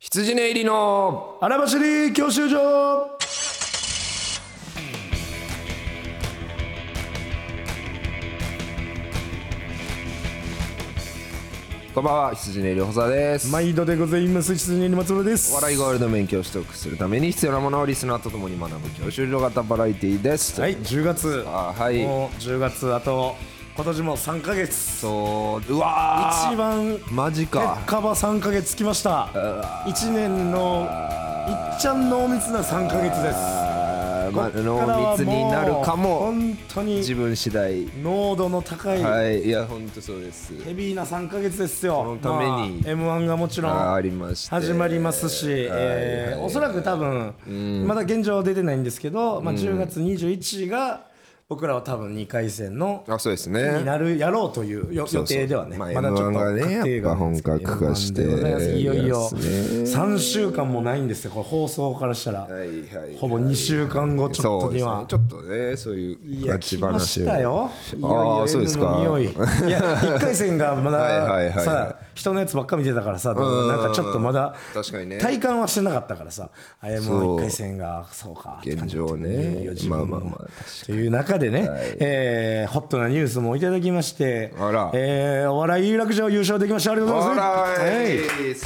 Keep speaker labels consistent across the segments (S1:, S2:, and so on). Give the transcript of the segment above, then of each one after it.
S1: 羊根入りの
S2: 荒走り教習所
S1: こんばんは羊根入り細田です、
S2: 毎度でございます羊に松村です
S1: お笑いゴールド免許を取得するために必要なものをリスナーと共に学ぶ教習所型バラエティーです
S2: はい10月
S1: あはい
S2: もう10月あと今年も3ヶ月
S1: そううわー
S2: 一番
S1: マジ
S2: ペ
S1: か
S2: ッカバ3ヶ月きました1年のいっちゃん濃密な3ヶ月です
S1: あーまあ
S2: こっからはも
S1: 濃
S2: う
S1: 密になるかも
S2: 本当に
S1: 自分次第
S2: 濃度の高い
S1: はいいや本当そうです
S2: ヘビーな3ヶ月ですよ
S1: そのために
S2: まあ M1 がもちろ
S1: あーあ
S2: ん
S1: りまして
S2: 始まりますし、えーおそらく多分、まだ現状は出てないんですけど、まあ、10月21日が僕らは多分2回戦の
S1: あそうです
S2: に
S1: ね
S2: なるやろうというよ予定ではね
S1: まあ
S2: だちょっ
S1: M1
S2: と
S1: がね
S2: 確定がないんですけど
S1: やっぱ本格化して
S2: でございますいよいよ
S1: ですね
S2: 3週間もないんですよこれ放送からしたら、
S1: はいはい
S2: ほぼ2週間後ちょっ
S1: そ
S2: と
S1: うで
S2: に
S1: す
S2: は
S1: ねちょっとねそういう
S2: い
S1: ガ
S2: や
S1: チ
S2: 来
S1: 話
S2: ましたよ。いよいよ
S1: あーそうですか
S2: M の匂いいや1回戦がま
S1: はいはいはいは
S2: だ
S1: い
S2: さ人のやつばっか見てたからさなんかちょっとまだ
S1: 確かにね
S2: 体感はしてなかったからさあれも
S1: そう
S2: う1回戦がそうか
S1: 現状ね
S2: いよいよ自分も
S1: まあまあまあ確か
S2: という中でねえーホットなニュースもいただきまして
S1: あら
S2: えーお笑い有楽町優勝できましたありがとうございますはい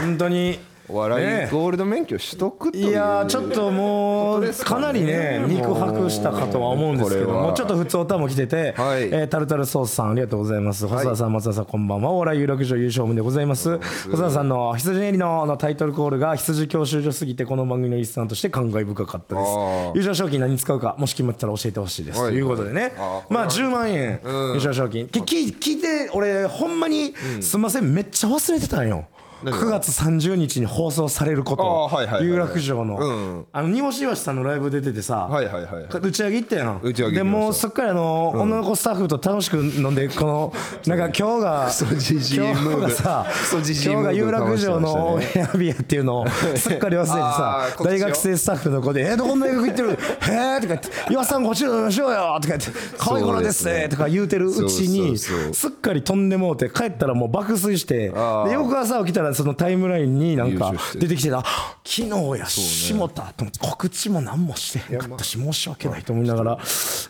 S2: 本当に
S1: お笑
S2: ね
S1: いゴールド免許取得という
S2: いやーちょっとも
S1: こと
S2: う
S1: ですか
S2: か
S1: ね
S2: なりね肉薄したかとは思うんですけど
S1: これは
S2: もうちょっと普通歌も来てて、
S1: はい
S2: えータルタルソースさんありがとうございます細田さん松田さんこんばんはお笑い有楽町優勝部でございます細田さんの「羊ねりの」のタイトルコールが羊教習所すぎてこの番組の一産として感慨深かったで
S1: あ
S2: す
S1: ー
S2: 優勝賞金何使うかもし決まったら教えてほしいです、
S1: はい
S2: ということでね
S1: あー
S2: まあ10万円優勝賞金、き聞い聞いて俺ほんまにすんませんめっちゃ忘れてたんよ
S1: 何が
S2: 9月30日に放送されること
S1: あーはいはいはいはい
S2: 有楽町の、
S1: うん
S2: あの煮干しわしさんのライブ出ててさ、
S1: はいはいはいはい
S2: 打ち上げ行ったやん
S1: 打ち上げ行きました
S2: でもうそっからあの、女の子スタッフと楽しく飲んでこのなんか今日が
S1: ソジジイムーブ
S2: 今日がさ
S1: クソジジイ
S2: 今
S1: ム
S2: 日
S1: ーブ
S2: が有楽町 のオン
S1: かま
S2: エアビアっていうのをすっかり忘れて
S1: あ
S2: さ
S1: ー告知
S2: 大
S1: よ
S2: 学生スタッフの子で「えどこの大学 行ってるへえ」とか言って「岩さんこっちで飲みましょうよ」とか言って「可愛い頃です
S1: そうです
S2: ね」
S1: ね
S2: とか言うてるうちに
S1: そうそうそう
S2: すっかり飛んでもうて帰ったらもう爆睡してで
S1: あー
S2: 翌朝起きたらそのタイムラインになんか
S1: 優勝して
S2: 出てきてた「昨日やしもた」と思って告知も何もしてへんかったし申し訳ないと思いながら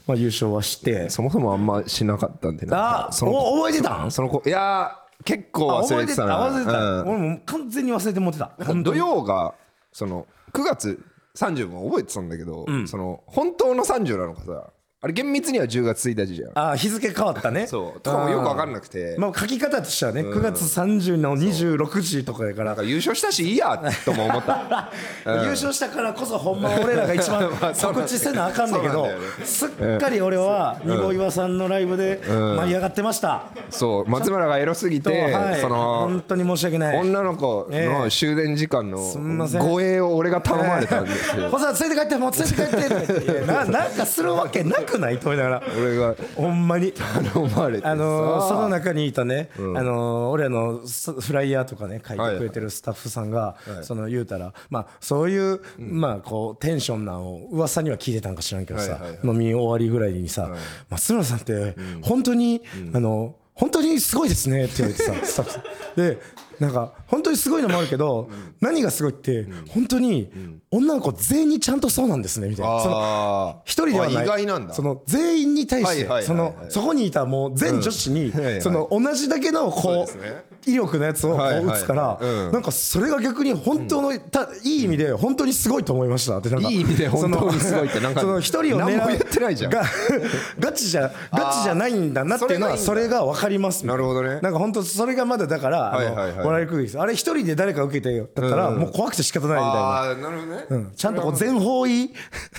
S2: まあ優勝はして
S1: そもそもあんましなかったんでな
S2: あ
S1: その
S2: お覚えてたん
S1: その子いやー結構忘れてたな
S2: あ覚えてた
S1: うん
S2: 俺もう完全に忘れて持ってた
S1: なんか土曜がその9月30も覚えてたんだけど、その本当の30なのかさあれ厳密には10月1日じゃん
S2: あ日付変わったね
S1: そうとかもよく分かんなくて
S2: まあ書き方としてはね9月30の26時とかやから
S1: なんか優勝したしいいやとも思った
S2: 優勝したからこそほんま俺らが一
S1: まあ
S2: 番
S1: そうなんだ
S2: 告知せなあかんだけ
S1: そう
S2: ど
S1: なんだよね
S2: すっかり俺は二号岩さんのライブで舞い上がってました
S1: そう松村がエロすぎ
S2: と
S1: て、
S2: はい
S1: そ
S2: 本
S1: の
S2: 当に申し訳ない
S1: 女の子
S2: え
S1: の終電時間の
S2: んません
S1: 護衛を俺が頼まれたんです よ、
S2: 細田連れて帰ってもう連れて帰っていやななんかするわけなくないと思いながら
S1: 俺が
S2: ほんまに
S1: 頼まれてさ
S2: あのーその中にいたね、あのー俺らのスフライヤーとかね書いてくれてるスタッフさんが、その言うたら、まあ、そういう、まあこうテンションなんを噂には聞いてたんか知らんけどさ、
S1: はいはいはい
S2: 飲み終わりぐらいにさ、松村さんって本当に、あの本当にすごいですねって言わ れてさスタッフさんでなんか本当にすごいのもあるけど、何がすごいって、本当に女の子全員にちゃんとそうなんですねみたいな。その
S1: あー
S2: 一人ではない
S1: あ意外なんだ
S2: その全員に対して、
S1: はいはいはいはい
S2: そのそこにいたもう全女子に、
S1: はいはい
S2: その同じだけのこ
S1: そうで
S2: う
S1: すね
S2: 威力のやつをこ
S1: はいはいうは
S2: 打
S1: い
S2: つから、
S1: うん
S2: なんかそれが逆に本当の、たいい意味で本当にすごいと思いましたってなんか
S1: いい意味で本当にすごいってなんか
S2: その一人を狙
S1: 何
S2: う
S1: も言ってないじゃん
S2: が ガチじゃガチじゃないんだなっていうのは
S1: そ
S2: そ
S1: れがいい
S2: れ
S1: ん
S2: が分かります
S1: なるほどね
S2: なんか本当それがまだだから、
S1: はいはいはい
S2: あの笑い空気ですあれ一人で誰か受けてだったら、もう怖くて仕方ないみたいな。
S1: あーなるほどね、
S2: うんちゃんとこう全方位
S1: い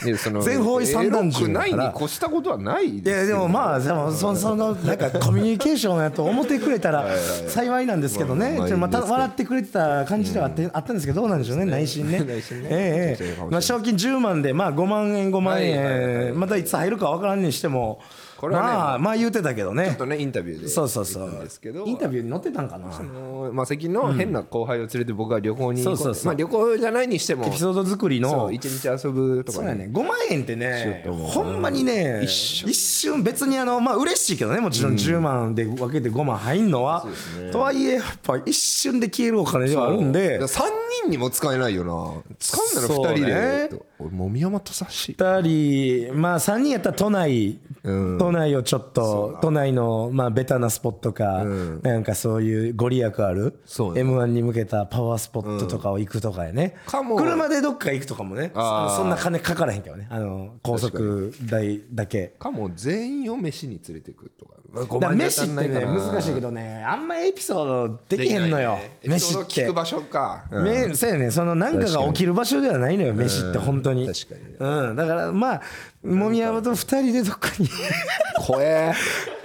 S1: やその
S2: 全方位三段
S1: エ
S2: 重
S1: ロく
S2: だか
S1: ない
S2: ら
S1: に越したことはない
S2: い
S1: です
S2: やでもまあでもそそのなんかコミュニケーションやと思ってくれたら幸いなんですけど
S1: ま
S2: ね
S1: あまあ
S2: ちょ
S1: いいんで
S2: っとま
S1: すけ
S2: た
S1: ど
S2: 笑ってくれてた感じではあってあったんですけどどうなんでしょうね内心ね
S1: 内心ね
S2: え
S1: ちょっと違う
S2: え
S1: かもしれない
S2: まあ賞金10万でまあ5万円5万
S1: はいはいはい
S2: 円またいつ入るかわからんにしても
S1: これはね
S2: まあまあ言うてたけどね
S1: ちょっとねインタビューで
S2: そうそうそ
S1: 言ったん
S2: う
S1: ですけど
S2: インタビューに載ってたんかな
S1: あのマセキの変な後輩を連れて僕は旅行に行こ
S2: そうそうそう
S1: まあ旅行じゃないにしても
S2: エピソード作
S1: そ
S2: りの
S1: う一日遊ぶと
S2: そ
S1: か
S2: うや
S1: ね
S2: ね5万円ってねほんまにね一瞬別にあのまあ嬉しいけどねもちろん10万で分けて5万入んのはとはいえやっぱ一瞬で消えるお金ではあるんで
S1: だから3人にも使えないよな使うなら2人で、
S2: そう
S1: 俺もみやまとさし
S2: 2人まあ3人やったら都内都内をちょっと都内のまあベタなスポットかなんかそういうご利益ある
S1: そうや
S2: m 1に向けたパワースポットとかを行くとかやね
S1: かも
S2: 車でどっか行くとかもね
S1: あー
S2: あのそんな金かからへんけどねあの高速代だけ。
S1: かも全員を飯に連れてくとか
S2: だから飯ってね難しいけ
S1: ど
S2: どねあんまエピソードできへんのよ、飯っ
S1: 聞
S2: て
S1: く。場所か、うん
S2: めそうやねその何かが起きる場所ではないのよ飯って本当に
S1: 確かに
S2: うん、だからまあもみやまと二人でどっかに
S1: 怖え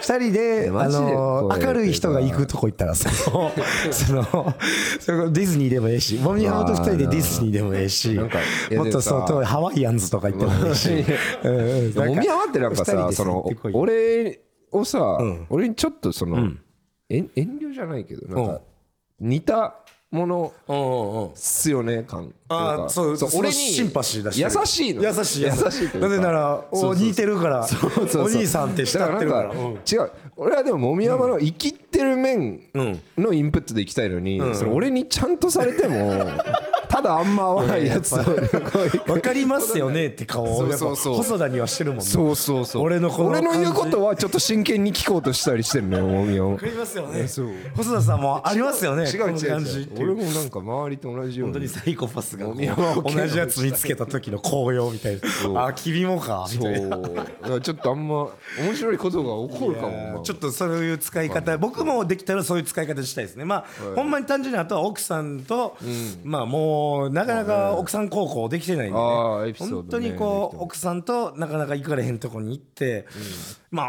S2: 二人で
S1: マ
S2: あ
S1: ジで
S2: の
S1: 怖い
S2: 明るい人が行くとこ行った らそのそのそのディズニーでもええしもみやまと二人でディズニーでもええし
S1: なんかいや
S2: もっとそ
S1: で
S2: う
S1: もさ
S2: 遠いハワイアンズとか行ってもええしうんうん なん
S1: も
S2: か
S1: みあわってなんか
S2: 二人
S1: さ
S2: で
S1: その
S2: 行ってこいよ
S1: 俺をさ、俺にちょっとその、遠遠慮じゃないけどなんか似たもの
S2: うんうんうん
S1: っすよね感っていか
S2: ああそうそう
S1: 俺に
S2: シンパシー出してる
S1: 優しいの
S2: 優しい
S1: 優しいというか
S2: なぜならお似てるから
S1: そうそう
S2: お兄さんって慕ってるから
S1: だから
S2: う
S1: なんんか違う俺はでももみ山の生きってる面のインプットでいきたいのに、それ俺にちゃんとされても ただあんま合わないやつを
S2: わかりますよねって顔をやっぱ
S1: そうそうそう
S2: 細田にはしてるもんね
S1: そうそうそう
S2: 俺のこの
S1: 俺の言うこ
S2: 感じ
S1: とはちょっと真剣に聞こうとしたりしてるのよもみ山
S2: わかりますよね
S1: そう
S2: 細田さんもありますよね
S1: 違
S2: こ
S1: う
S2: の
S1: 違う
S2: 感
S1: 違
S2: じっ
S1: う
S2: てい
S1: 俺
S2: う
S1: もなんか周りと同じよう
S2: 本当
S1: に
S2: にサイコパスがこう
S1: 飲み山を
S2: 同じやつ見つけた時の高揚みたいなあ君もかみ
S1: そ
S2: たいな
S1: うだからちょっとあんま面白いことが起こるかもな
S2: ちょっとそういう使い方僕もできたらそういう使い方したいですねまあ、ほんまに単純にあとは奥さんと、まあもうなかなか奥さん高校できてないんで、ね
S1: あーエピソードね
S2: 本当にこう奥さんとなかなか行かれへんとこに行って、まあ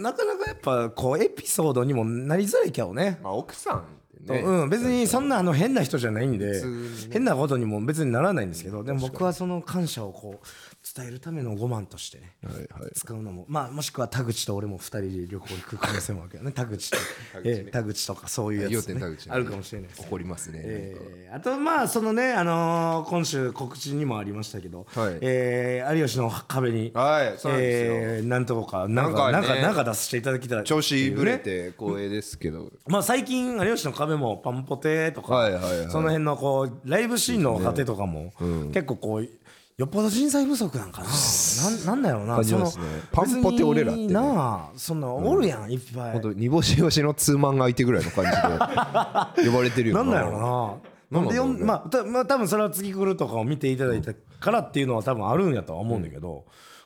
S2: なかなかやっぱこうエピソードにもなりづらいけどね
S1: まあ奥さんってね、
S2: うん、別にそんなあの変な人じゃないんで、
S1: 通
S2: 変なことにも別にならないんですけどでも僕はその感謝をこう伝えるための5万としてね、使うのも、まあ、もしくは田口と俺も2人で旅行行く可能性もあるけ どね田口と田口,、ええ田口とかそういうやつ、
S1: 要点
S2: ね
S1: 田口ね
S2: あるかもしれないです、
S1: 怒りますね、
S2: ええあとまあそのね、あのー今週告知にもありましたけど、
S1: はい
S2: ええ有吉の壁に、
S1: はいそうなんですよ
S2: ええなんとかなんか
S1: な
S2: なんん
S1: か
S2: か,、
S1: ね
S2: なんか出していただきたい
S1: 調子ぶれ
S2: っていうね
S1: て光栄ですけど、
S2: まあ、最近有吉の壁もパンポテとか、
S1: はいはいはい
S2: その辺のこうライブシーンの若手とかも、結構こうよっぽど人材不足なんか ななんなんだろうな
S1: 感じ
S2: そ
S1: ま
S2: の
S1: すねパンポテ俺らってね
S2: 別になあそんなおるやん、いっぱ
S1: 本
S2: い
S1: 当煮干し推しのツーマンが相手ぐらいの感じで呼ばれてるよ
S2: なんだろう
S1: な
S2: なな
S1: なん
S2: んん
S1: だ
S2: で
S1: ろ
S2: よ
S1: うんね
S2: まあたまあ多分それは月来るとかを見ていただいたからっていうのは多分あるんやとは思うんだけど、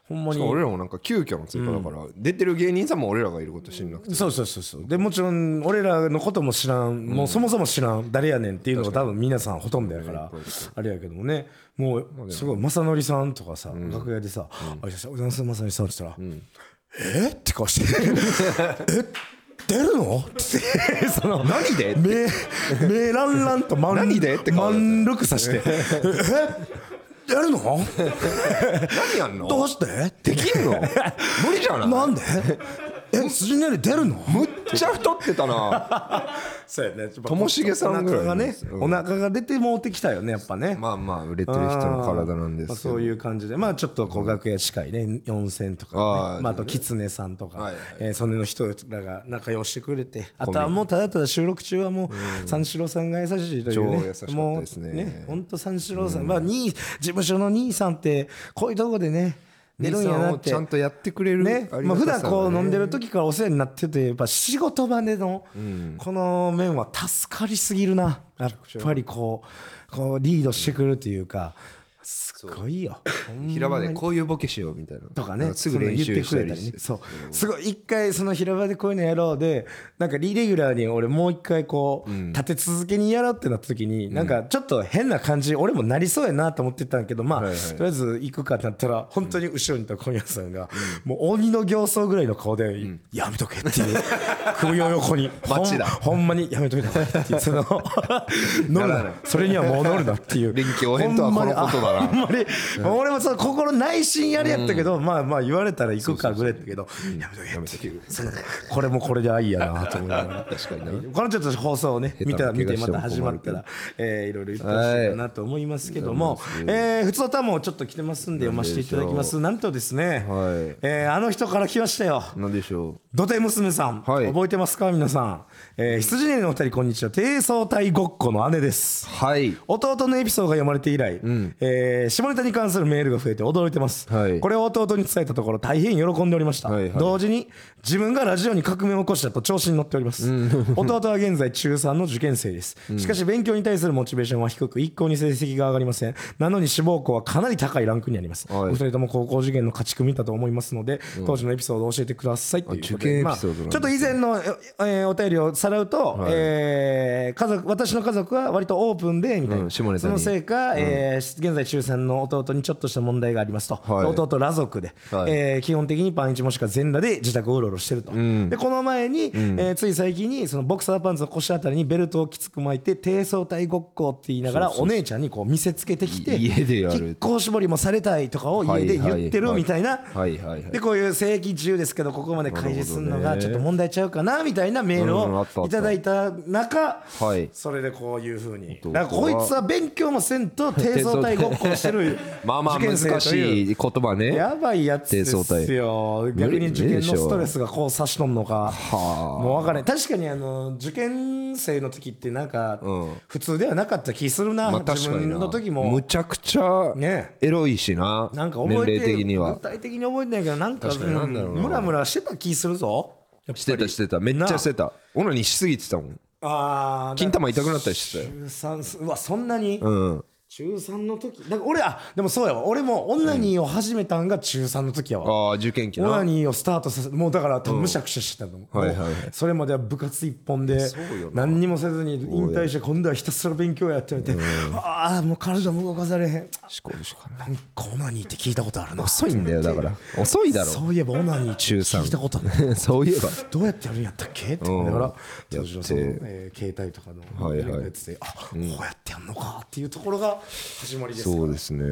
S2: ほんまに
S1: 俺らもなんか急遽の追加だから、出てる芸人さんも俺らがいること知んなくて、
S2: そうそうそうそうでもちろん俺らのことも知らん、もうそもそも知らん誰やねんっていうのが多分皆さんほとんどやからあれやけどもねもうすごい正則さんとかさ、楽屋でさ「あいさんおじさん正則さん」って言ったら「えっ?」って顔して「え出るの?」ってその
S1: 何で
S2: 目目ランランと満
S1: 何でって顔だった
S2: 満力 さして「えやるの
S1: 何やんの
S2: どうして?」って
S1: できんの無理じゃない
S2: なんで え筋練り出るの
S1: むっちゃ太ってたな
S2: そうやね。と
S1: ともしげさんぐらい
S2: お腹がね、
S1: うん
S2: お腹が出てもうてきたよね、やっぱね。
S1: まあまあ売れてる人の体なんですけど
S2: まあそういう感じで、まあちょっとこう楽屋近いね、四千とかね、
S1: ああ
S2: まああと狐さんとか、
S1: はいはい
S2: えーそれの人らが仲良してくれて、あとはもうただただ収録中はもう三四郎さんが優しいというね、
S1: 超優しかったですね
S2: もうね、本当三四郎さん、まあ兄事務所の兄さんってこういうとこでね、出るんやなって。
S1: ちゃんとやってくれる
S2: ね
S1: あり
S2: ま
S1: がた
S2: あ、普
S1: さが
S2: 段こう
S1: ね
S2: 飲んでる時からお世話になっててやっぱ仕事場でのこの面は助かりすぎるなやっぱりこうこうリードしてくるというかすごいよほんま
S1: 平場でこういうボケしようみたいな
S2: とかね
S1: すぐ練習し
S2: そ
S1: た
S2: んな
S1: り
S2: 言ってくれたり
S1: し
S2: ね
S1: て
S2: そうすごい一回その平場でこういうのやろうでなんかリレギュラーに俺もう一回こう立て続けにやろうってなった時になんかちょっと変な感じ俺もなりそうやなと思ってたんやけどまあと
S1: はい
S2: り
S1: はい
S2: あえず行くかってなったら本当に後ろにいた小宮さんがもう鬼の形相ぐらいの顔で「やめとけ」っていう首を 横にほん
S1: チだ
S2: ほんまにやめといた方がいいっていうその乗る
S1: ならない
S2: なそれにはもう乗るなっていう
S1: 臨機応変とはこのことだ
S2: ほんまに
S1: から
S2: あんまり、俺もその心内心あれやったけど、まあまあ言われたら行くかぐらいやったけど、やめとけやめとけこれもこれでありやなと思いなが ら
S1: 確かにな
S2: このちょっと放送をね
S1: 下手
S2: 見
S1: な
S2: たら見て
S1: 怪我し
S2: ま
S1: て
S2: た
S1: も
S2: 始まったら、えーいろいろ言ってほしいかなと思いますけども、えー、普通歌もちょっと来てますんで読ませていただきますなんとですね、
S1: はい
S2: えーあの人から来ましたよ
S1: なんでしょ
S2: 土手娘さん、
S1: はい
S2: 覚えてますか皆さん、えー、羊ねりのお二人こんにちは低層体ごっこの姉です
S1: うはい
S2: 弟のエピソードが読まれて以来、えー下ネタに関するメールが増えて驚いてます、
S1: はい
S2: これを弟に伝えたところ大変喜んでおりました、
S1: はいはい
S2: 同時に自分がラジオに革命を起こしたと調子に乗っております、 弟は現在中3の受験生です、しかし勉強に対するモチベーションは低く一向に成績が上がりませんなのに志望校はかなり高いランクにあります、
S1: はい
S2: お二人とも高校受験の勝ち組だと思いますので、当時のエピソードを教えてくださいということで
S1: 受験エピソードなんですね
S2: まあちょっと以前の、えーお便りをさらうと、
S1: はい
S2: えー家族私の家族は割とオープンでみたいな、
S1: うん下ネタに
S2: そのせいか、えー現在中3の弟にちょっとした問題がありますと、
S1: はい
S2: 弟ら族で、
S1: はい
S2: えー基本的にパンイチもしくは全裸で自宅をうろうろしてると、でこの前に、えーつい最近にそのボクサーパンツの腰あたりにベルトをきつく巻いて低層体ごっこって言いながらお姉ちゃんにこう見せつけてきて
S1: い家でやる
S2: 結構絞りもされたいとかを家で言ってるみたいな、
S1: はいはいはい
S2: でこういう正規自由ですけどここまで開示するのがちょっと問題ちゃうかなみたいなメール
S1: うんうんあ
S2: を
S1: ったあった
S2: いただいた中
S1: はい
S2: それでこういうふうに
S1: 弟は
S2: だからこいつは勉強もせんと低層体ごっこをしてる
S1: まあまあ
S2: 受験
S1: 難
S2: 生という
S1: しい言葉ね
S2: やばいやつ
S1: 低
S2: ですよ
S1: 無
S2: 逆
S1: 理
S2: に受験のストレスがこう差しとんの
S1: は
S2: か
S1: あ
S2: もう分からんない確かにあの受験生の時ってなんか
S1: うん
S2: 普通ではなかった気するな
S1: まあ確
S2: 自
S1: かに
S2: 分
S1: な
S2: の時
S1: む
S2: も
S1: ちゃくちゃ
S2: ね
S1: エロいしな
S2: なんか
S1: 年
S2: 覚え
S1: 齢
S2: て
S1: 的には
S2: 具体的に覚えてないけどなんか
S1: 確かになんだろうな
S2: ムラムラしてた気するぞやっぱり
S1: してたしてためっちゃしてたオナニーしすぎてたもん
S2: ああ
S1: 金玉痛くなったりしてたよ
S2: 中3すうわそんなに、
S1: うん
S2: 中3の時だから俺あでもそうやわ俺もオナニーを始めたんが中3の時やわ、
S1: ああ受験期
S2: オナ
S1: な
S2: ニーをスタートさせもうだから多分むしゃくしゃしてたの、もう
S1: はいはいはい
S2: それまでは部活一本で
S1: うよな
S2: 何にもせずに引退して今度はひたすら勉強やってやって、ああもう体も動かされへん
S1: 思考しかない
S2: なんかオナニーって聞いたことあるな
S1: 遅いんだよだから遅いだろ
S2: そういえばオナニー
S1: 中3
S2: 聞いたことな い
S1: そういえば
S2: どうやってやるんやったっけって思いながら当時のその、
S1: やって
S2: えー携帯とかの
S1: はいはい
S2: やつで、あこうやってやんのかっていうところが始まりです
S1: そうですね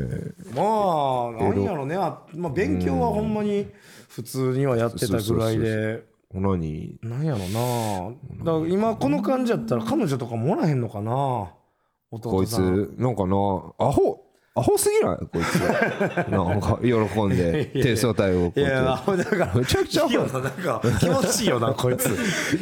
S2: まあなんやろねあ、まあ、勉強はほんまに普通にはやってたぐらい
S1: そうそ
S2: で。
S1: オナニ
S2: なんやろなだから今この感じやったら彼女とかもおらへんのかな
S1: ーこ
S2: 弟
S1: いつ
S2: さん
S1: なんかなアホアホすぎないこい つなんか喜んで低層体をこう
S2: いや
S1: や
S2: だ
S1: って
S2: からだから
S1: めちゃくちゃ
S2: いいよななんか気持ちいいよなこいつ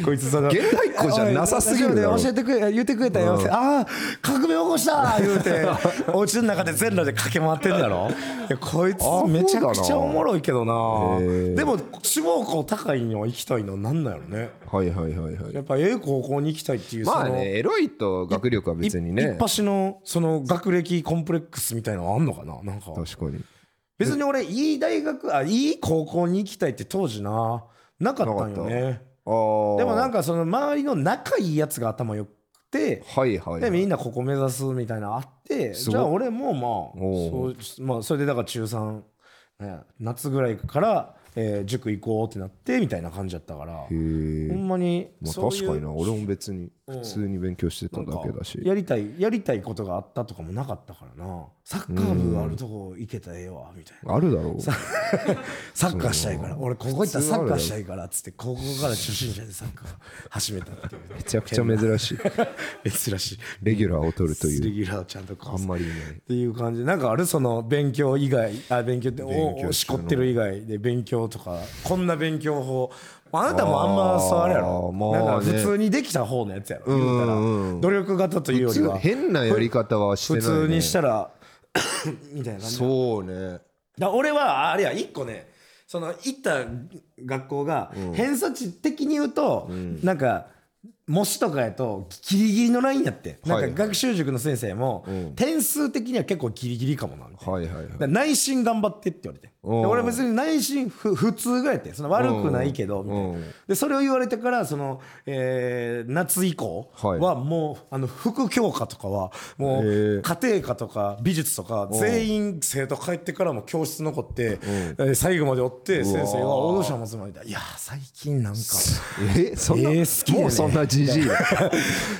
S2: こいつさ
S1: 現代っ子じゃなさすぎるだろ
S2: おいラジオで教えてくれ言ってくれたよ、ああ革命起こした言う てお家の中で全裸で駆け回ってんだろいやこいつ
S1: ホだな
S2: めちゃくちゃおもろいけど
S1: へ
S2: な
S1: え
S2: でも志望校高いには行きたいのはなんなんやろね
S1: はいはいはいはい
S2: やっぱええ高校に行きたいっていうその
S1: まあねエロいと学力は別に
S2: い
S1: ね
S2: っぱしのその学歴コンプレックスみたいなのあんのかななんか
S1: 確かに
S2: 別に俺いい大学あいい高校に行きたいって当時ななかったん
S1: な
S2: よね
S1: ああ
S2: でもなんかその周りの仲いいやつが頭良くて
S1: はいはいは
S2: で
S1: い
S2: みんなここ目指すみたいなのあって
S1: すご
S2: じ
S1: い
S2: ゃあ俺もま
S1: お
S2: あそう、まあ、それでだから中3、ね、夏ぐらいから、えー塾行こうってなってみたいな感じだったから
S1: へ
S2: ほ
S1: え
S2: んまに
S1: まあ
S2: そうい
S1: 確
S2: う
S1: かにな俺も別に普通に勉強してた
S2: なん
S1: だ
S2: か
S1: けだし
S2: やりたいやりたいことがあったとかもなかったからなサッカー部あるとこ行けたらええわみたいな
S1: あるだろう
S2: サッカーしたいから俺ここ行ったら
S1: 普通
S2: サ
S1: あ
S2: ッ
S1: る
S2: カ
S1: だ
S2: ー
S1: ろ
S2: したいからっつって高校から初心者でサッカー始めたっていう
S1: めちゃくちゃ珍しい
S2: 珍しい
S1: レギュラーを取ると
S2: レ
S1: いう
S2: ギュラーをちゃんとこう
S1: あんまりいない
S2: っていう感じなんかあるその勉強以外あ勉強って
S1: 勉強中
S2: お
S1: の
S2: しこってる以外で勉強とかこんな勉強法あなたもあんまそうあれやろ
S1: あーまあね
S2: なんか普通にできた方のやつやろ言うたら
S1: うん
S2: 努力型というよ
S1: 普
S2: り
S1: 通
S2: は
S1: 変なやり方はして
S2: 普
S1: ない
S2: 通
S1: ね
S2: にしたらみたいな感じだか
S1: そうね
S2: ら俺はあれや一個ねその行った学校が偏差値的に言うと、なんか模試とかやとギリギリのラインやってなん
S1: は
S2: か
S1: いはい
S2: 学習塾の先生も点数的には結構ギリギリかもなみたいな
S1: はいはいはい
S2: だから内心頑張ってって言われてで
S1: うん
S2: 俺別に内心ふ普通ぐらいやってその悪くないけどみたいな
S1: うん
S2: でそれを言われてからその、えー夏以降
S1: はい
S2: はもうあの副教科とかはも
S1: へ
S2: う
S1: ー
S2: 家庭科とか美術とか全員生徒帰ってからも教室残って、えー最後までおっ
S1: う
S2: て
S1: わ
S2: 先
S1: ー
S2: 生が「おどうした松村」みたいな「いやー最近なんか」
S1: えそんな、
S2: えー好きでね
S1: もうそんな時じじい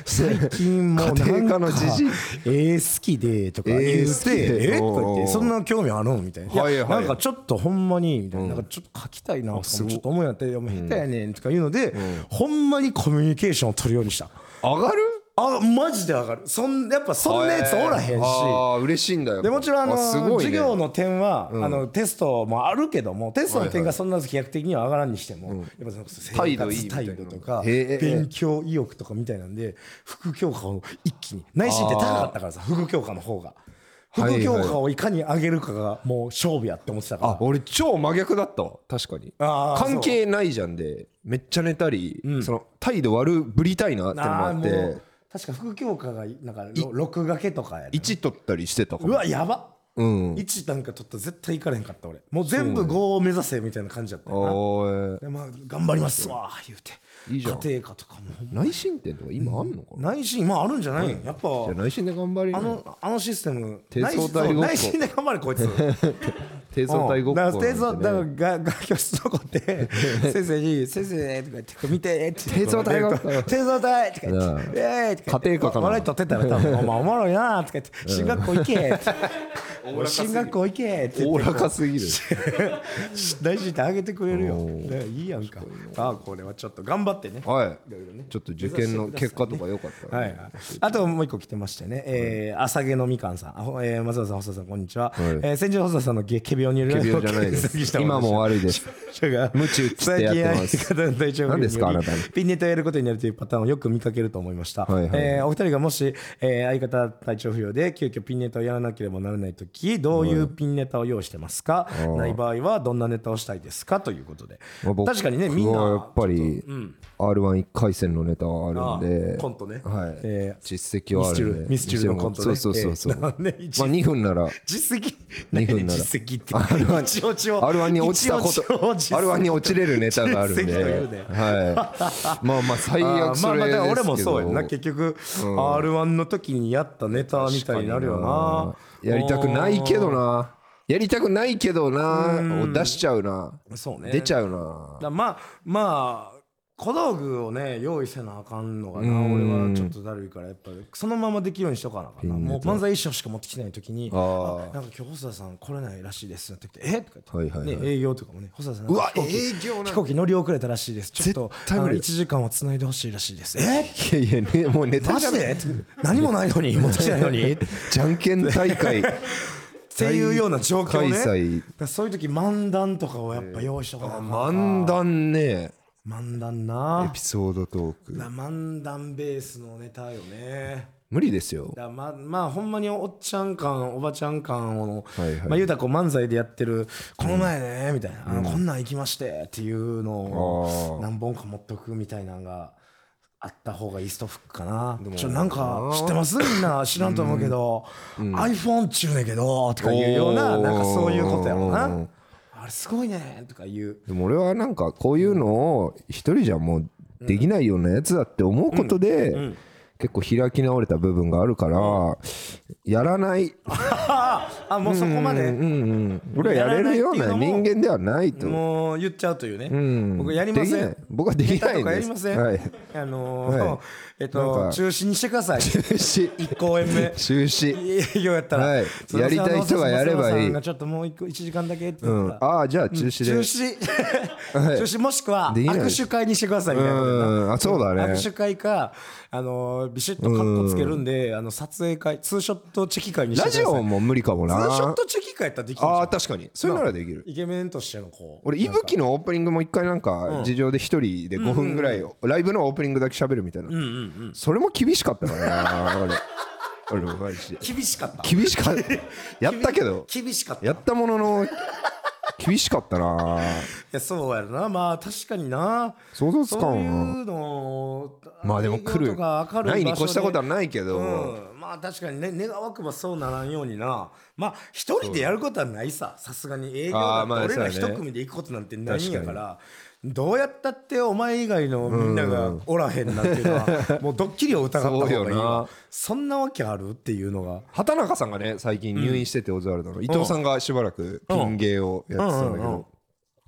S2: 最近もう
S1: 家
S2: なん
S1: 庭科
S2: か
S1: のじじい
S2: 絵好きでとか言
S1: 絵
S2: う
S1: 好き
S2: て
S1: でお
S2: え
S1: う
S2: と
S1: おう
S2: か言ってそんな興味あるんみたいな
S1: はいい
S2: や
S1: はい
S2: なんかちょっとほんまにみたいななんかちょっと書きたいなとかもち
S1: す
S2: ょ
S1: ごい
S2: っと思うやったらいやもう下手やねんとか言うのでほんまにコミュニケーションを取るようにした
S1: 上がる
S2: あマジで上がるそんやっぱそんなやつおらへんし
S1: あー嬉しいんだよ
S2: でもちろんあの
S1: すごいね
S2: 授業の点は、あのテストもあるけどもテストの点がそんな飛躍的には上がらんにしても、やっぱその生
S1: 態度いい
S2: 活
S1: みたい
S2: 態
S1: な
S2: 度とか
S1: へえ
S2: 勉強意欲とかみたいなんで副教科を一気に内心って高かったからさ副教科の方が
S1: はい
S2: 副教科をいかに上げるかがもう勝負やって思ってたから、
S1: あ俺超真逆だったわ確かに
S2: あー
S1: 関係ないじゃんでめっちゃ寝たり、その態度悪ぶりたいなってのも
S2: あー
S1: あっ
S2: も
S1: て
S2: う確か副教科がなんかろ録画けとかやね
S1: 1取ったりしてたか
S2: う
S1: も
S2: わやば
S1: うん
S2: 1なんか取ったら絶対行かれへんかった俺もう全部5を目指せみたいな感じだったよな
S1: おーい
S2: でまあ頑張りますわ言うて
S1: いいじゃん
S2: 家庭科とかも
S1: 内申点とか今あんのかな、
S2: 内心まああるんじゃないやっぱ
S1: じゃあ内申で頑張り
S2: あ
S1: な
S2: のあのシステム
S1: 手相
S2: 内心
S1: 大ごっこ
S2: 内心で頑張れこいつ
S1: 低層対ごっこ
S2: だ
S1: な
S2: か
S1: ん
S2: ら
S1: てね
S2: 手相だからがが教室の 子って先生に「先生」とか言って「見て」って
S1: 手相大ごっこ
S2: 手相大」とか言って「ええ」とか言って
S1: 家庭科かな
S2: 笑い取ってたら多分「お前おもろいな」とか言って「進学校行け」って「進学校行け」って
S1: おお
S2: 言って
S1: らかすぎる
S2: 大事ってあげてくれるよだからいいやんかああこれはちょっと頑張ってね
S1: はいちょっと受験の結果とか良かった
S2: は
S1: らね
S2: い、あともう一個来てましてね、えー、朝毛のみかんさん、あほえー、松田さん、細田さん、こんにちは。えー、先日、細田さんのげ、けびょうにいる
S1: 仮病じゃないです 今も悪いです
S2: 無
S1: 無知打ちってやってます
S2: 最近相方の体調不良によ
S1: 何
S2: り
S1: ですかあなたの
S2: ピンネタをやることになるというパターンをよく見かけると思いました、
S1: はいはい
S2: えーお二人がもし、えー相方体調不良で急遽ピンネタをやらなければならないときどういうピンネタを用意してますか、ない場合はどんなネタをしたいですかということで
S1: まあ僕
S2: 確かにねみんな
S1: はやっぱり r 1 1回戦のネタはあるんで
S2: あコントね
S1: はい
S2: えー
S1: 実績はあるんで
S2: ミスチルミスチルのコントね
S1: そうそうそうそう
S2: えーなんで一
S1: まあ2分なら
S2: 実績
S1: 二分なら
S2: 何実績って 一応一応
S1: R1 に落ちたこ
S2: 一応
S1: と
S2: 一応
S1: R1 に落ちれるネタがあるんで
S2: 実績というね
S1: はいまあまあ最
S2: あ
S1: 悪
S2: ーま
S1: そ
S2: あ
S1: れ
S2: まあ
S1: で
S2: だから俺も
S1: すけ
S2: そうやんな
S1: ど
S2: 結局 R1 の時にやったネタみたいになるよな
S1: やりたくないけどなやりたくないけどなを出しちゃうな
S2: そうね
S1: 出ちゃうな
S2: だまあまあ小道具をね用意せなあかんのがな俺はちょっとだるいからやっぱそのままできるようにしとかなあかんなもう漫才衣装しか持ってきてない時に
S1: あ
S2: 「
S1: ー
S2: あなんか今日細田さん来れないらしいです」って言って「えとか
S1: は
S2: 言
S1: い
S2: って、
S1: はいはい
S2: ね、営業とかもね細田さん
S1: うわ
S2: なんか飛行
S1: 営
S2: 機
S1: 業なんだ
S2: 飛行機乗り遅れたらしいですちょっと
S1: 絶対無理
S2: 1時間はつないでほしいらしいですえ
S1: いやいやねもうネタ
S2: マ
S1: じゃ
S2: ジ
S1: ない
S2: で何もないの に持ってきてないのに
S1: じゃんけん大 会
S2: っていうような状況ね
S1: 開催
S2: だからそういう時漫談とかをやっぱ用意しとかなあかん
S1: 漫談ね
S2: 漫談な
S1: エピソードトーク
S2: な漫談ベースのネタよね
S1: 無理ですよ
S2: だからままあほんまにおっちゃん感おばちゃん感を、
S1: はいはい
S2: まあ、言うたらこう漫才でやってる「この前ね」みたいな、あの「こんなん行きまして」っていうのを
S1: あー
S2: 何本か持っとくみたいなのがあった方がいいストフックかな
S1: でも
S2: ちょなんか知ってますみんな知らんと思うけど、iPhone っちゅうねんけどとかいうような
S1: おー
S2: なんかそういうことやろ
S1: う
S2: なんあれすごいねとか言う
S1: でも俺はなんかこういうのを一人じゃもうできないようなやつだって思うことで結構開き直れた部分があるからやらない
S2: あああもうそこまで、
S1: うんうん俺はやれるよう
S2: やら
S1: な
S2: ないって
S1: 人
S2: いうのも
S1: 間ではないと
S2: もう言っちゃうというね、
S1: ん
S2: 僕やりませ
S1: できなんい僕はできないんです
S2: ネタとかやりません、
S1: はい
S2: あのー
S1: はい
S2: え
S1: な
S2: っ
S1: ん
S2: と
S1: か
S2: 中止にしてください
S1: 中止
S2: 1公演目
S1: 中止
S2: 営業やったら、
S1: はい
S2: すません
S1: やりたい人がやればいい
S2: あのすませんすませんがちょっともう 1, 時間だけって言
S1: う
S2: っ
S1: ん
S2: たら、
S1: ああじゃあ中止で、
S2: 中止中止もしくは
S1: できない
S2: 握手会にしてくださいみたいなことやな
S1: うんあそうだね
S2: 握手会かあのービシッとカッコつけるんであの撮影会ツーショットチェキ会にして
S1: ラ
S2: くださ
S1: ジ
S2: い
S1: オも無理かも
S2: ツ
S1: な
S2: ーショットチェキ会やったらできるじゃん
S1: ああ確かにそれならできる
S2: イケメンとしてのこう
S1: 俺伊吹のオープニングも一回なんか事情で一人で5分ぐらいライブのオープニングだけ喋るみたいな、それも厳しかったからな俺俺マジで
S2: 厳しかった
S1: 厳し かったやったけど
S2: 厳しかったい
S1: やったもの の厳しかったな
S2: やそうやろなまあ確かにな
S1: 想像つか
S2: そうんい
S1: な
S2: うの
S1: まあでも来
S2: 営業
S1: る
S2: とか明る
S1: ないに越したことは
S2: な
S1: ないけど、
S2: うん、まあ確かにね願わくばそうならんようになまあ一人でやることはないささすがに営業
S1: あ
S2: だ
S1: ー
S2: って
S1: まあ
S2: 俺
S1: そう
S2: ら
S1: やね
S2: 一組で行くことなんてないんやからどうやったってお前以外のみんながおらへんなっていうの はもうドッキリを疑った方がいい
S1: そうよ
S2: わ
S1: な
S2: そんなわけあるっていうのが
S1: 畑中さんがね最近入院しててオズワルドの、伊藤さんがしばらくピン芸をやってたんだけど、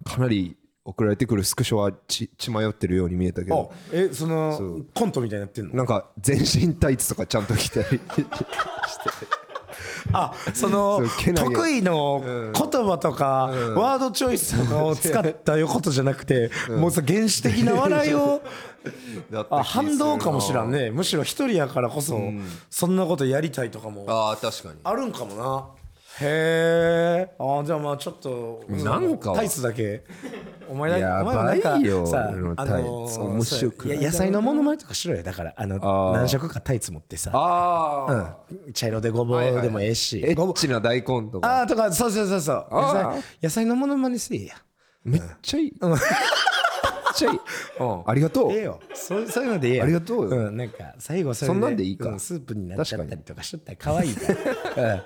S1: かなり送られてくるスクショはち血迷ってるように見えたけ
S2: あ
S1: ど
S2: えその
S1: そう
S2: コントみたいになってんの
S1: なんか全身タイツとかちゃんと着たり
S2: あその
S1: そうけなげ
S2: 得意の言葉とかワードチョイスとかを使ったよことじゃなくてもうさ原始的な笑いを
S1: だった
S2: あ
S1: 気するな
S2: 反動かもしらんねむしろ一人やからこそそんなことやりたいとかも
S1: ああ確かに
S2: あるんかもなへえあじゃあまあちょっと
S1: なんか
S2: タイツだけお前
S1: や
S2: だ
S1: ばい
S2: お前はなんか
S1: よ
S2: さ
S1: 俺の
S2: あ
S1: タイ
S2: の
S1: ツ面白くない
S2: そうや野菜のものまねとかしろよだからあの
S1: あー
S2: 何色かタイツ持ってさ
S1: ああ、
S2: 茶色でごぼうでもええし
S1: エッチな大根とか
S2: ああとかそうそうそうそう野
S1: あー
S2: 菜野菜のものまねせえや
S1: めっちゃいい、めっちゃいい、ありがとう、
S2: ええよそうそういうのでええよ
S1: ありがとうよ
S2: ん、なんか最後それ
S1: そんなんでいいか
S2: うスープになっちゃったりとかしとったら可愛い から、うん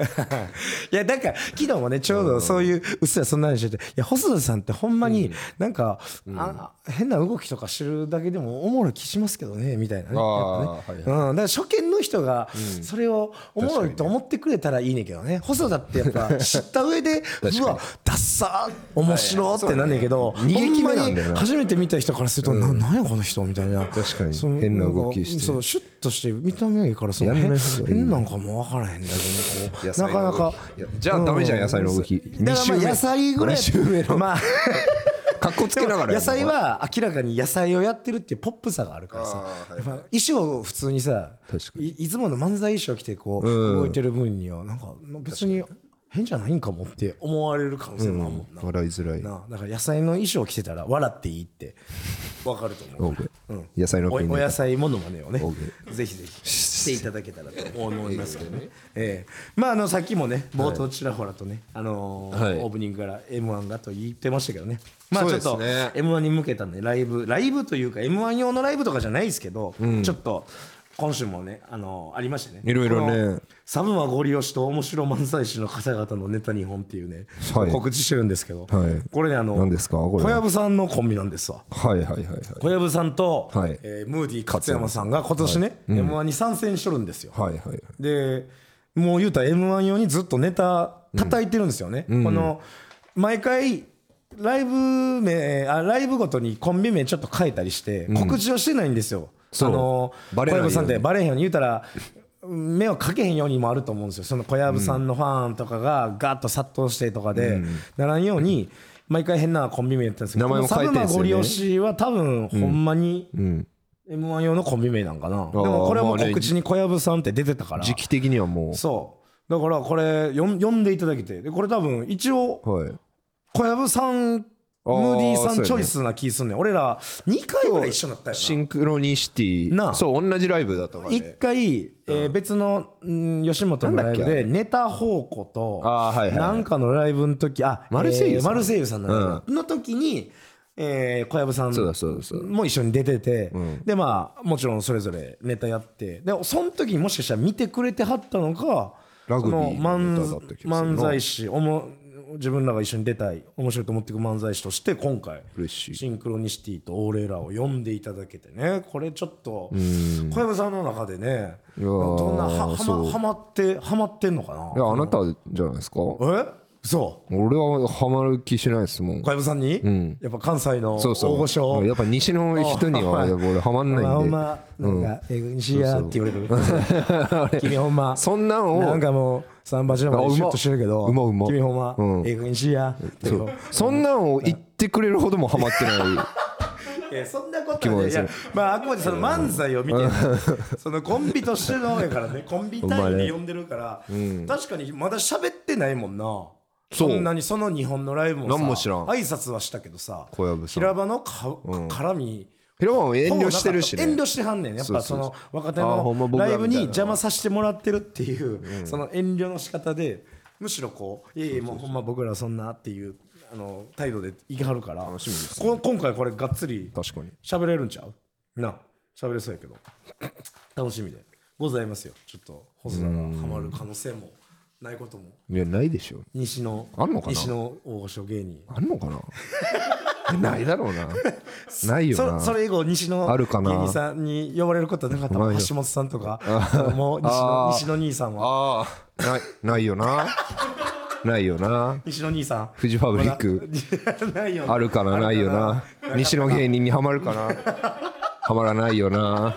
S2: いやなんか昨日もねちょうどそういううっすらそんな話してていや細田さんってほんまになんか、あ変な動きとかしてるだけでもおもろい気しますけどねみたいなね
S1: あ
S2: やっぱ
S1: ー
S2: ね
S1: はい
S2: うん、だから初見の人がそれをおもろいと思ってくれたらいいねんけどね細田ってやっぱ知った 上で
S1: かに
S2: うわダッサー面白ってなんねんけど、
S1: はいはいそうね逃げ切れなんだよな
S2: ほんまに初めて見た人からすると、ななんやこの人みたいな
S1: 確かに
S2: その
S1: 変な動きして
S2: んかそうシュッとして見た目がいいからその
S1: やらない
S2: 変
S1: 方がいい
S2: 変なんかも分からへんだけ
S1: 野
S2: どこうな
S1: 菜
S2: か
S1: の
S2: な
S1: 動き
S2: か
S1: いやじゃあダメじゃん野菜の動き二
S2: だからま
S1: 周
S2: あ
S1: 目
S2: 野菜ぐらい
S1: 二周目の
S2: まあ
S1: かっ こつ
S2: で
S1: け
S2: も
S1: ながらやるの
S2: 野菜は明らかに野菜をやってるっていうポップさがあるからさ、
S1: あー
S2: やっぱ衣装を普通にさ
S1: 確か
S2: いいつもの漫才衣装着てこう
S1: うん
S2: 動いてる分にはなんか別に変じゃないんかもって思われる可能性もあるもんな、
S1: 笑いづらい
S2: なあだから野菜の衣装着てたら笑っていいってわかると思う
S1: OK 野菜の
S2: おお
S1: 国に
S2: 野菜ものまねをねぜひぜひしていただけたらと思いますけどね、ええまああのさっきもね冒頭ちらほらとね、あのー
S1: はい
S2: オープニングから m 1がと言ってましたけどねまあ
S1: そう
S2: ちょ
S1: で
S2: っ
S1: すね
S2: と m 1に向けたねライブライブというか m 1用のライブとかじゃないですけど、ちょっと今週もね、あのーありましたね
S1: いろいろね
S2: このサブマゴリ押しと面白漫才師の方々のネタ2本っていうね、
S1: はい
S2: 告知してるんですけ
S1: は
S2: ど、
S1: い
S2: これねあの
S1: 何ですかこれ
S2: 小籔さんのコンビなんですわ
S1: はいはいはいはい
S2: 小籔さんと、
S1: はい
S2: えームーディ勝山さんが今年ね、m 1に参戦しとるんですよ、
S1: はいはいはい
S2: でもう言うたら m 1用にずっとネタ叩いてるんですよね、この毎回ライブ名あライブごとにコンビ名ちょっと変えたりして告知をしてないんですよ、
S1: そう
S2: あの小
S1: バレないよう
S2: 籔
S1: に
S2: さんってバレへんように言うたら目をかけへんようにもあると思うんですよその小籔さんのファンとかがガッと殺到してとかで、ならんように毎回変なコンビ名やってたんですけど
S1: 名前も変えてんすよね
S2: このサブマゴリ押しは多分ほんまに、m 1用のコンビ名なんかなでもこれも告知に小籔さんって出てたから
S1: 時期的にはもう
S2: そうだからこれ読ん読んでいただきてでこれ多分一応
S1: はい
S2: 小籔さん
S1: あ
S2: ム
S1: ー
S2: ーディーさ
S1: そうんやね
S2: チョイスな気すんねん俺ら2回ぐらい一緒になったよ
S1: シンクロニシティ
S2: なあ
S1: そう同じライブだったから
S2: な
S1: ね
S2: 1回、えー別の、ん、吉本のライブ
S1: なんだっけ
S2: でネタ宝庫と
S1: あーはいはいはい
S2: なんかのライブの時あ
S1: マルセイユさん
S2: えーマルセイユさんのライブの時に、えー小籔さん
S1: そうだそうだそうだ
S2: もう一緒に出てて、でまあもちろんそれぞれネタやってでその時にもしかしたら見てくれてはったのか
S1: ラグビー
S2: その漫
S1: のネタだった気がするな
S2: 漫才師おも自分らが一緒に出たい面白いと思っていく漫才師として今回
S1: 嬉しい
S2: シンクロニシティとオーレラを呼んでいただけてねこれちょっと小籔さんの中でね
S1: いやー
S2: どんなはは
S1: そ
S2: まはまってはまってんのか
S1: いや
S2: な
S1: あなたじゃないですか
S2: えそう
S1: 俺はハマる気しないですもん
S2: 小籔さんに、やっぱ関西の
S1: そう
S2: 大御所
S1: そうやっぱ西の人にはやっぱ俺ハマん
S2: ほ
S1: ない
S2: ん
S1: んで
S2: まなんか「え西や」って言われ る君ほんま
S1: そんなんを
S2: なんかもう三八のまでシュッとしてるけど
S1: あうまうまうま
S2: 君ほんま
S1: うん
S2: ええ西や」って
S1: そうそんなんを言ってくれるほどもハマってない
S2: いやそんなこ
S1: 気
S2: とは
S1: も
S2: ね
S1: で
S2: い
S1: すよ
S2: やまああくまでその漫才を見て そのコンビとしてのやからねコンビ単位で呼んでるから確かにまだ喋ってないもんな
S1: そ
S2: そうそんなにその日本のライブもさ
S1: 何も知らん
S2: 挨拶はしたけどさ
S1: 小籔さん
S2: 平場のか絡み
S1: 平和も遠慮してるしね
S2: 遠慮してはんねんやっぱその若手
S1: あーほんま
S2: の
S1: 僕ら
S2: ラ
S1: みたい
S2: イ
S1: な
S2: ブに邪魔させてもらってるっていうその遠慮の仕方でむしろこういやいやもうほんま僕らはそんなっていうあの態度でいきはるから
S1: しみです
S2: こ今回これがっつり
S1: 確かに
S2: 喋れるんちゃうな喋れそうやけど 楽しみでございますよちょっと細田がハマる可能性もないことも
S1: いやないでしょ
S2: 西の
S1: あんのかな
S2: 西の大御所芸人
S1: あんのかな えないだろうなないよ
S2: そ
S1: な
S2: それ以後西の
S1: あるかな
S2: 芸人さんに呼ばれることはなかったもん
S1: ないよ
S2: 橋 本さんとかもう西
S1: あ
S2: の
S1: ー
S2: 西の兄さんは
S1: ああないないよなないよな
S2: 西野兄さん
S1: フジファブリック
S2: まだ ないよな
S1: あるかなないよな西の芸人にはまるかなはまらないよな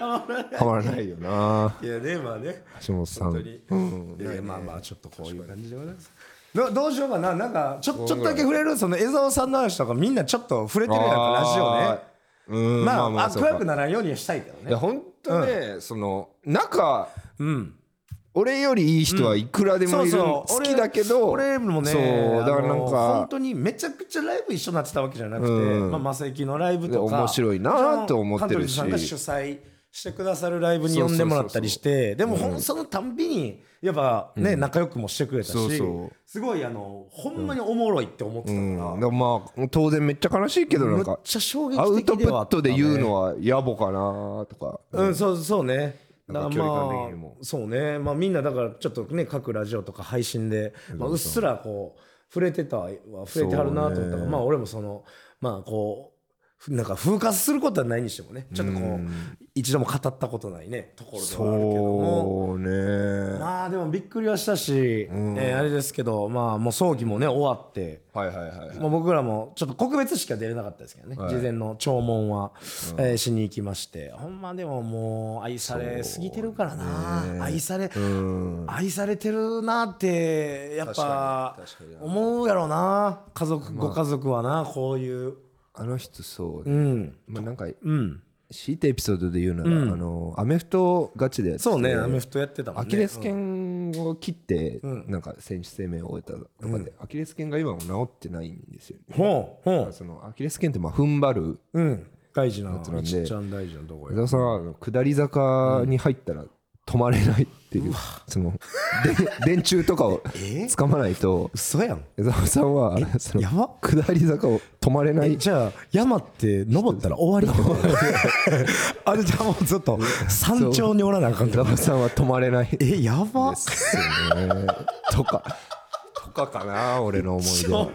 S1: はまらないよない
S2: やねまあね
S1: 橋本さ
S2: 本当
S1: ん
S2: に、いやまあまあちょっとこういう感じでございますどどうしようかななんかちょちょっとだけ触れるその江澤さんの話とかみんなちょっと触れてるやんかラジオね
S1: オね
S2: まあ、あ、
S1: そうか
S2: 暗くならんようにはしたいけど
S1: いや
S2: ね。
S1: 本当ね、その仲
S2: うん。
S1: 俺よりいい人はいくらでもいる、好きだけど
S2: 俺俺もね、
S1: そうだからなん
S2: あの本
S1: か
S2: 当にめちゃくちゃライブ一緒になってたわけじゃなくて、
S1: うん
S2: まあ、マセキのライブとか、
S1: 面白いなと思ってるし
S2: カントリーズさんが主催してくださるライブに呼んでもらったりして、でも、ほん、そのたんびに、やっぱね、仲良くもしてくれたし、
S1: そうそう
S2: すごい、あの、ほんまにおもろいって思ってた
S1: うん、だ
S2: か
S1: からまあ当然めっちゃ悲しいけど
S2: ら、
S1: なん
S2: めっ
S1: か
S2: ちゃ衝
S1: アウ
S2: 撃
S1: ト
S2: 的
S1: プ
S2: ではあ
S1: ッ
S2: った、
S1: ト
S2: ね。
S1: で言うのは野暮かなとか、
S2: うん、そうそうね。だ
S1: な
S2: か
S1: んから距離
S2: ま
S1: 感
S2: あ
S1: 的にも、
S2: そうね、まあ、みんなだからちょっとね各ラジオとか配信で、まあ、うっすらこう触れてたは触れてはるなと思ったか
S1: そ
S2: ら、
S1: うね
S2: まあ俺もそのまあこうふなんか風化することはないにしてもねちょっとこう、一度も語ったことないねところではあるけども。
S1: そうね
S2: まあでもびっくりはしたし、
S1: ん
S2: えーあれですけどまあもう葬儀もね終わって、
S1: はいはいはい
S2: まあ、僕らもちょっと告別しか出れなかったですけどね、
S1: はい
S2: 事前の弔問は、えーしに行きましてほんまでももう愛されすぎてるからな、愛され、
S1: うん
S2: 愛されてるなってやっぱ
S1: 確かに確かに
S2: 思うやろな家族、ご家族はなこういう
S1: あの人そう、
S2: うん
S1: まあ、なんか
S2: うん
S1: 強いてエピソードで言うなら、あのアメフトガチでやってて
S2: そうね、アメフトやってたもん
S1: ア
S2: ね
S1: キレス腱を切って、
S2: ん
S1: なんか選手生命を終えたとかで、アキレス腱が今も治ってないんですよね、
S2: ほうほ
S1: そのアキレス腱ってまあ踏ん張る
S2: ううん大事な
S1: なんで
S2: ちっちゃん大事なとこ
S1: 江
S2: よ
S1: 田さんはあの下り坂に入ったら止まれないっていう、そので電柱とかを
S2: え
S1: 掴まないと
S2: 嘘やん
S1: 江澤さんはあれその
S2: やば
S1: 下り坂を止まれない
S2: じゃあ山って登ったら終わりってこと あれじゃあもうずっと山頂におらなあかん
S1: 江
S2: けど
S1: 澤さんは止まれない
S2: えやば
S1: ですよねとかとかかな俺の思い出は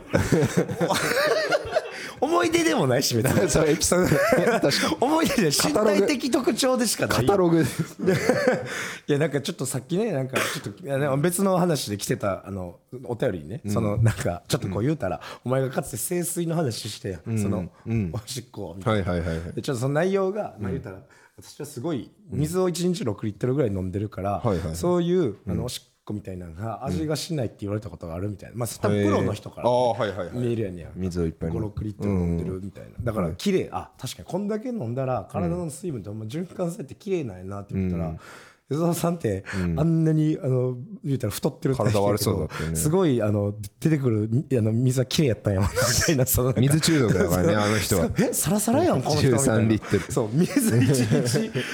S2: 思い出でもないし別に
S1: それエピソード確か
S2: 思い出で身
S1: カタログ
S2: 体的特徴でしかない
S1: カタログ
S2: いやなんかちょっとさっきねなんかちょっといやね別の話で来てたあのお便りにね、そのなんかちょっとこう言うたら、お前がかつて清水の話して、その、おしっこみたいな
S1: はいはいはいはい
S2: でちょっとその内容が、まあ、言うたら、私はすごい水を1日6リットルぐらい飲んでるから、
S1: はいはいはい
S2: そういうあのおしっこみたいなのが味がしないって言われたことがあるみたいな、まあ、多分プロの人から、
S1: へーあーはいはいはい
S2: 見えるやんや
S1: 水をいっぱい飲む
S2: 56リットル飲んでるみたいな、だから綺麗あ確かにこんだけ飲んだら体の水分と循環されて綺麗なんやなって言ったら、江澤さんって、あんなにあの言うたら太ってるって
S1: 体悪そうだったよね
S2: すごいあの出てくるにあの水は綺麗やったんやなみたいなそのなんか
S1: 水中毒だからねあの人 は
S2: えサラサラ やんこの人みたいな
S1: 13リットル
S2: そう水1日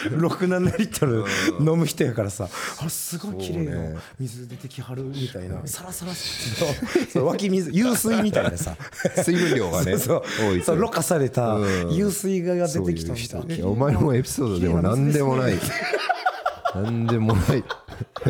S2: 67リットル飲む人やからさあれすごい綺麗な水出てきはるみたいなサラサラ そうそう湧き水湧水みたいなさ
S1: 水分量がね
S2: そう
S1: 多い
S2: そうろ過された
S1: うん
S2: 湧水が出てきた
S1: そ
S2: み
S1: ういう
S2: たい
S1: 人
S2: な
S1: お前もエピソードでも何でもない何でもない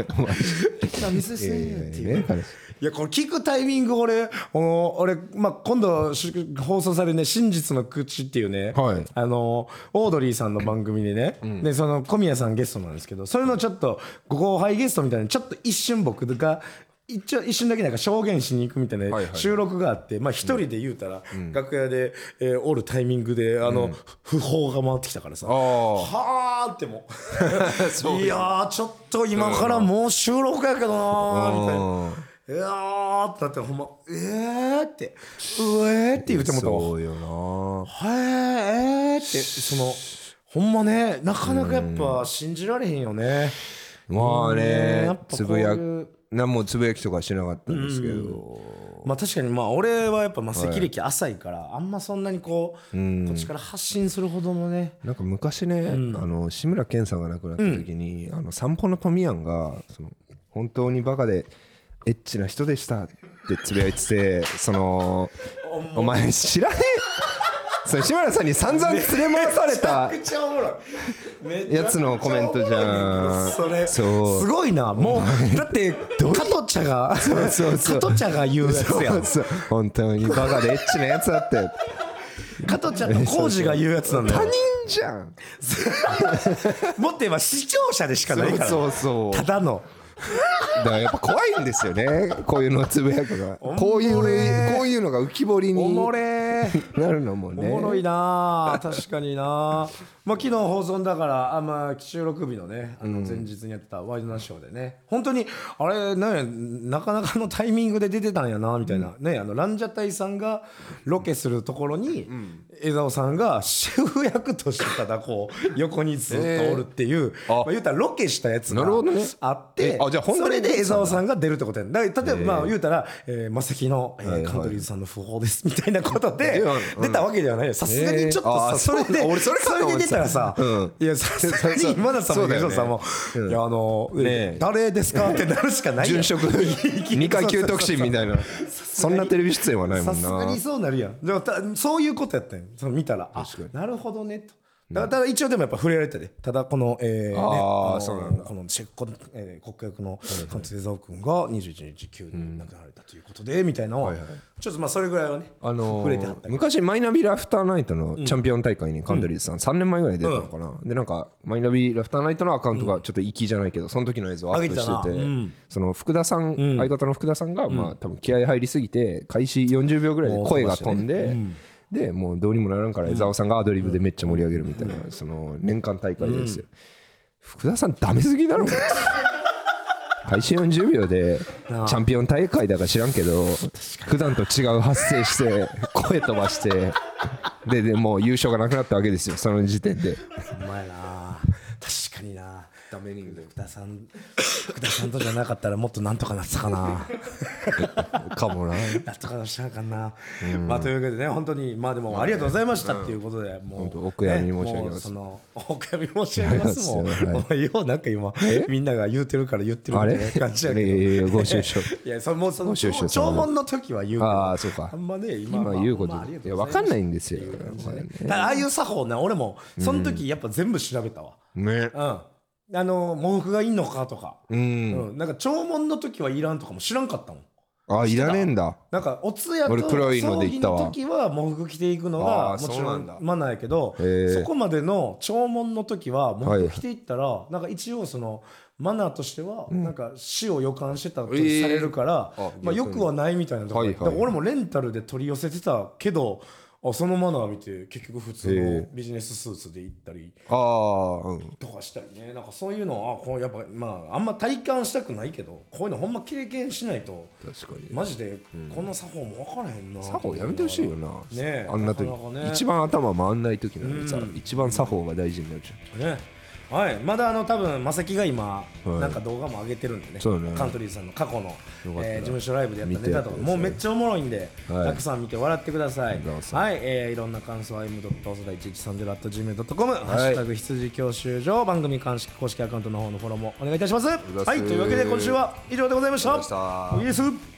S2: きれいな水ですねっていう
S1: ね彼氏
S2: いやこれ聞くタイミング俺あの俺、まあ、今度し放送されるね「真実の口」っていうね、
S1: はい
S2: あのオードリーさんの番組でね、でその小宮さんゲストなんですけどそれのちょっとご後輩ゲストみたいにちょっと一瞬僕が。一応一瞬だけなんか証言しに行くみたいな
S1: はいはい
S2: 収録があって、まあ一人で言うたら、楽屋で、えーおるタイミングで、あの、不法が回ってきたからさ、
S1: あ
S2: はーって もういやーちょっと今からもう収録やけどなーみたいな。いやーってなってほんま「えー」って「うえー」って言ってもうたわ
S1: そうよな
S2: 「へーえー」ってそのほんまねなかなかやっぱ信じられへんよね。
S1: まあ
S2: や
S1: ね
S2: っぱ
S1: つ
S2: こう
S1: ぶ
S2: いう
S1: や何もつぶやきとかしなかったんですけど
S2: まあ確かにまあ俺はやっぱまあ赤歴浅いからあんまそんなにこうこっちから発信するほどのね
S1: なんか昔ね、あの志村けんさんが亡くなった時に、あの散歩のトミヤンがその本当にバカでエッチな人でしたってつぶやいててそのお前知らね えそれ志村さんに散々連れ回された
S2: めちゃくちゃおもろい
S1: やつのコメントじゃん
S2: それ
S1: そう
S2: すごいなもうだって加藤茶が
S1: うそうそう
S2: 加藤茶が言うやつや
S1: そ
S2: ん
S1: うそう本当にバカでエッチなやつだって
S2: 加藤茶と浩二が言うやつなんだ
S1: 他
S2: よ
S1: 人じゃん
S2: もっと言えば視聴者でしかないから
S1: そうそうそう
S2: ただの
S1: だからやっぱ怖いんですよねこういうのをつぶやくのは
S2: おもれ
S1: こういうこういうのが浮き彫り
S2: お
S1: に
S2: もれー
S1: なるのも
S2: お
S1: ね
S2: もろいなあ確かになあまあ昨日放送だからあまあ収録日のねあの前日にやってたワイドナショーでね本当にあれなんやなかなかの タイミングで出てたんやなみたいな、ねあのランジャタイさんがロケするところに、江澤さんがシェフ役としてただこう横にずっとおるっていう、
S1: えーあ
S2: まあ、言うたらロケしたやつが
S1: なるほどね
S2: あって
S1: えあじゃあ本当
S2: そ
S1: に
S2: れで江澤さんが出るってことやんだから例えば、
S1: えー
S2: まあ言うたら、えー、マセキの、えー
S1: はいはい
S2: カントリーズさんの訃報ですみたいなことで
S1: いやうん
S2: 出たわけではないよさすがにちょっと
S1: えー
S2: さ、
S1: あー
S2: それで
S1: そう俺それかと
S2: れ
S1: 思
S2: で
S1: ってた
S2: 出たらさ、
S1: うん
S2: いやさす が
S1: そう
S2: に今田さんも
S1: そうだ
S2: 東
S1: よね
S2: さんも、いやあの、
S1: ねえ
S2: 誰ですかってなるしかな いやん
S1: 殉職二回急特進みたいなそんなテレビ出演はないも
S2: さ
S1: ん
S2: すが
S1: な
S2: にそうなるやんでもたそういうことやったんよその見たらあなるほどねとだからただ一応でもやっぱ触れられたでただこのえーね
S1: あー
S2: の
S1: そうなんだ
S2: このチェコえー国役の関津江沢君が21日急に亡くなられたということでみたいなのは
S1: はいはい
S2: ちょっとまあそれぐらいはね
S1: あの
S2: 触れてはった
S1: ー、昔マイナビラフターナイトのチャンピオン大会にカントリーズさん3年前ぐらい出たのかな、でなんかマイナビラフターナイトのアカウントがちょっと粋じゃないけどその時の映像をアップして
S2: 上げ
S1: て
S2: てたなうん
S1: その福田さん、相方の福田さんがまあ多分気合い入りすぎて開始40秒ぐらいで声が飛んで、でもうどうにもならんから江澤さんがアドリブでめっちゃ盛り上げるみたいな、その年間大会ですよ、福田さんダメすぎ だろ開始40秒でチ
S2: なあ
S1: ャンピオン大会だか知らんけど普段と違う発声して声飛ば してででもう優勝がなくなったわけですよその時点で
S2: お前な確かにな
S1: ダメ人
S2: 福田さん福田さんとじゃなかったらもっとなんとかなってた かな
S1: かもな
S2: なんとかなしたのかな、まあというわけでね本当にまあでもありがとうございましたっていうことで、もう
S1: 本当お悔やみ申し上げます
S2: ねもうそのお悔やみ申し上げますもん、
S1: ありがとうございます
S2: お前ようなんか今みんなが言うてるから言ってる
S1: あ
S2: み
S1: れ
S2: たいな感じやけど
S1: いやいやいやご愁傷
S2: いやそのもうその
S1: ご愁傷
S2: 弔問の時は言うけど
S1: ああそうか
S2: あんまね今
S1: 今言うこと
S2: まあありが
S1: い
S2: と
S1: や
S2: うご
S1: 分
S2: ざ
S1: かんないいんですよ
S2: ますただああいう作法な俺もその時やっぱ全部調べたわ、
S1: ね
S2: うん、あの喪服がいいのかとか、
S1: う
S2: うんんなんか弔問の時はいらんとかも知らんかったもん
S1: あいらねえんだ
S2: なんかお通夜と
S1: 俺黒いので行ったわ
S2: 葬儀の時は喪服着ていくの
S1: あ
S2: が
S1: ー
S2: もち
S1: そう
S2: ろ
S1: なんだ
S2: んマナーやけど
S1: へー
S2: そこまでの弔問の時は喪服着ていったら、なんか一応そのマナーとしてはなんか死を予感してたとされるから、
S1: えーあ
S2: まあ、よくはないみたいなところ、
S1: はいはいはい
S2: だから俺もレンタルで取り寄せてたけどあそのマナー見て結局普通のビジネススーツで行ったり。
S1: ああうん
S2: とかしたりねなんかそういうのあこうやっぱまああんま体感したくないけどこういうのほんま経験しないと
S1: 確かに
S2: マジでこんな作法も分からへんな
S1: 作法やめてほしいよな
S2: ねえ
S1: あんな時
S2: なかなかね
S1: 一番頭回んない時なのにさ一番作法が大事になるじゃん
S2: ねはいまだあの多分マセキが今、
S1: はい
S2: なんか動画も上げてるんでね
S1: そうね
S2: カントリーさんの過去の、
S1: ったら
S2: えー事務所ライブでやったネ
S1: 見てや
S2: タと
S1: って
S2: か
S1: ください
S2: もうめっちゃおもろいんで、
S1: はい
S2: たくさん見て笑ってください
S1: りがとうございます
S2: はい、えーいろんな感想は m 細田1130 at gmail.com、ハッシュタグ羊教習所番組公式公式アカウントの方のフォローもお願いいたします
S1: 願いします
S2: はいというわけで今週は以上でございました
S1: ありがとうございました
S2: イエス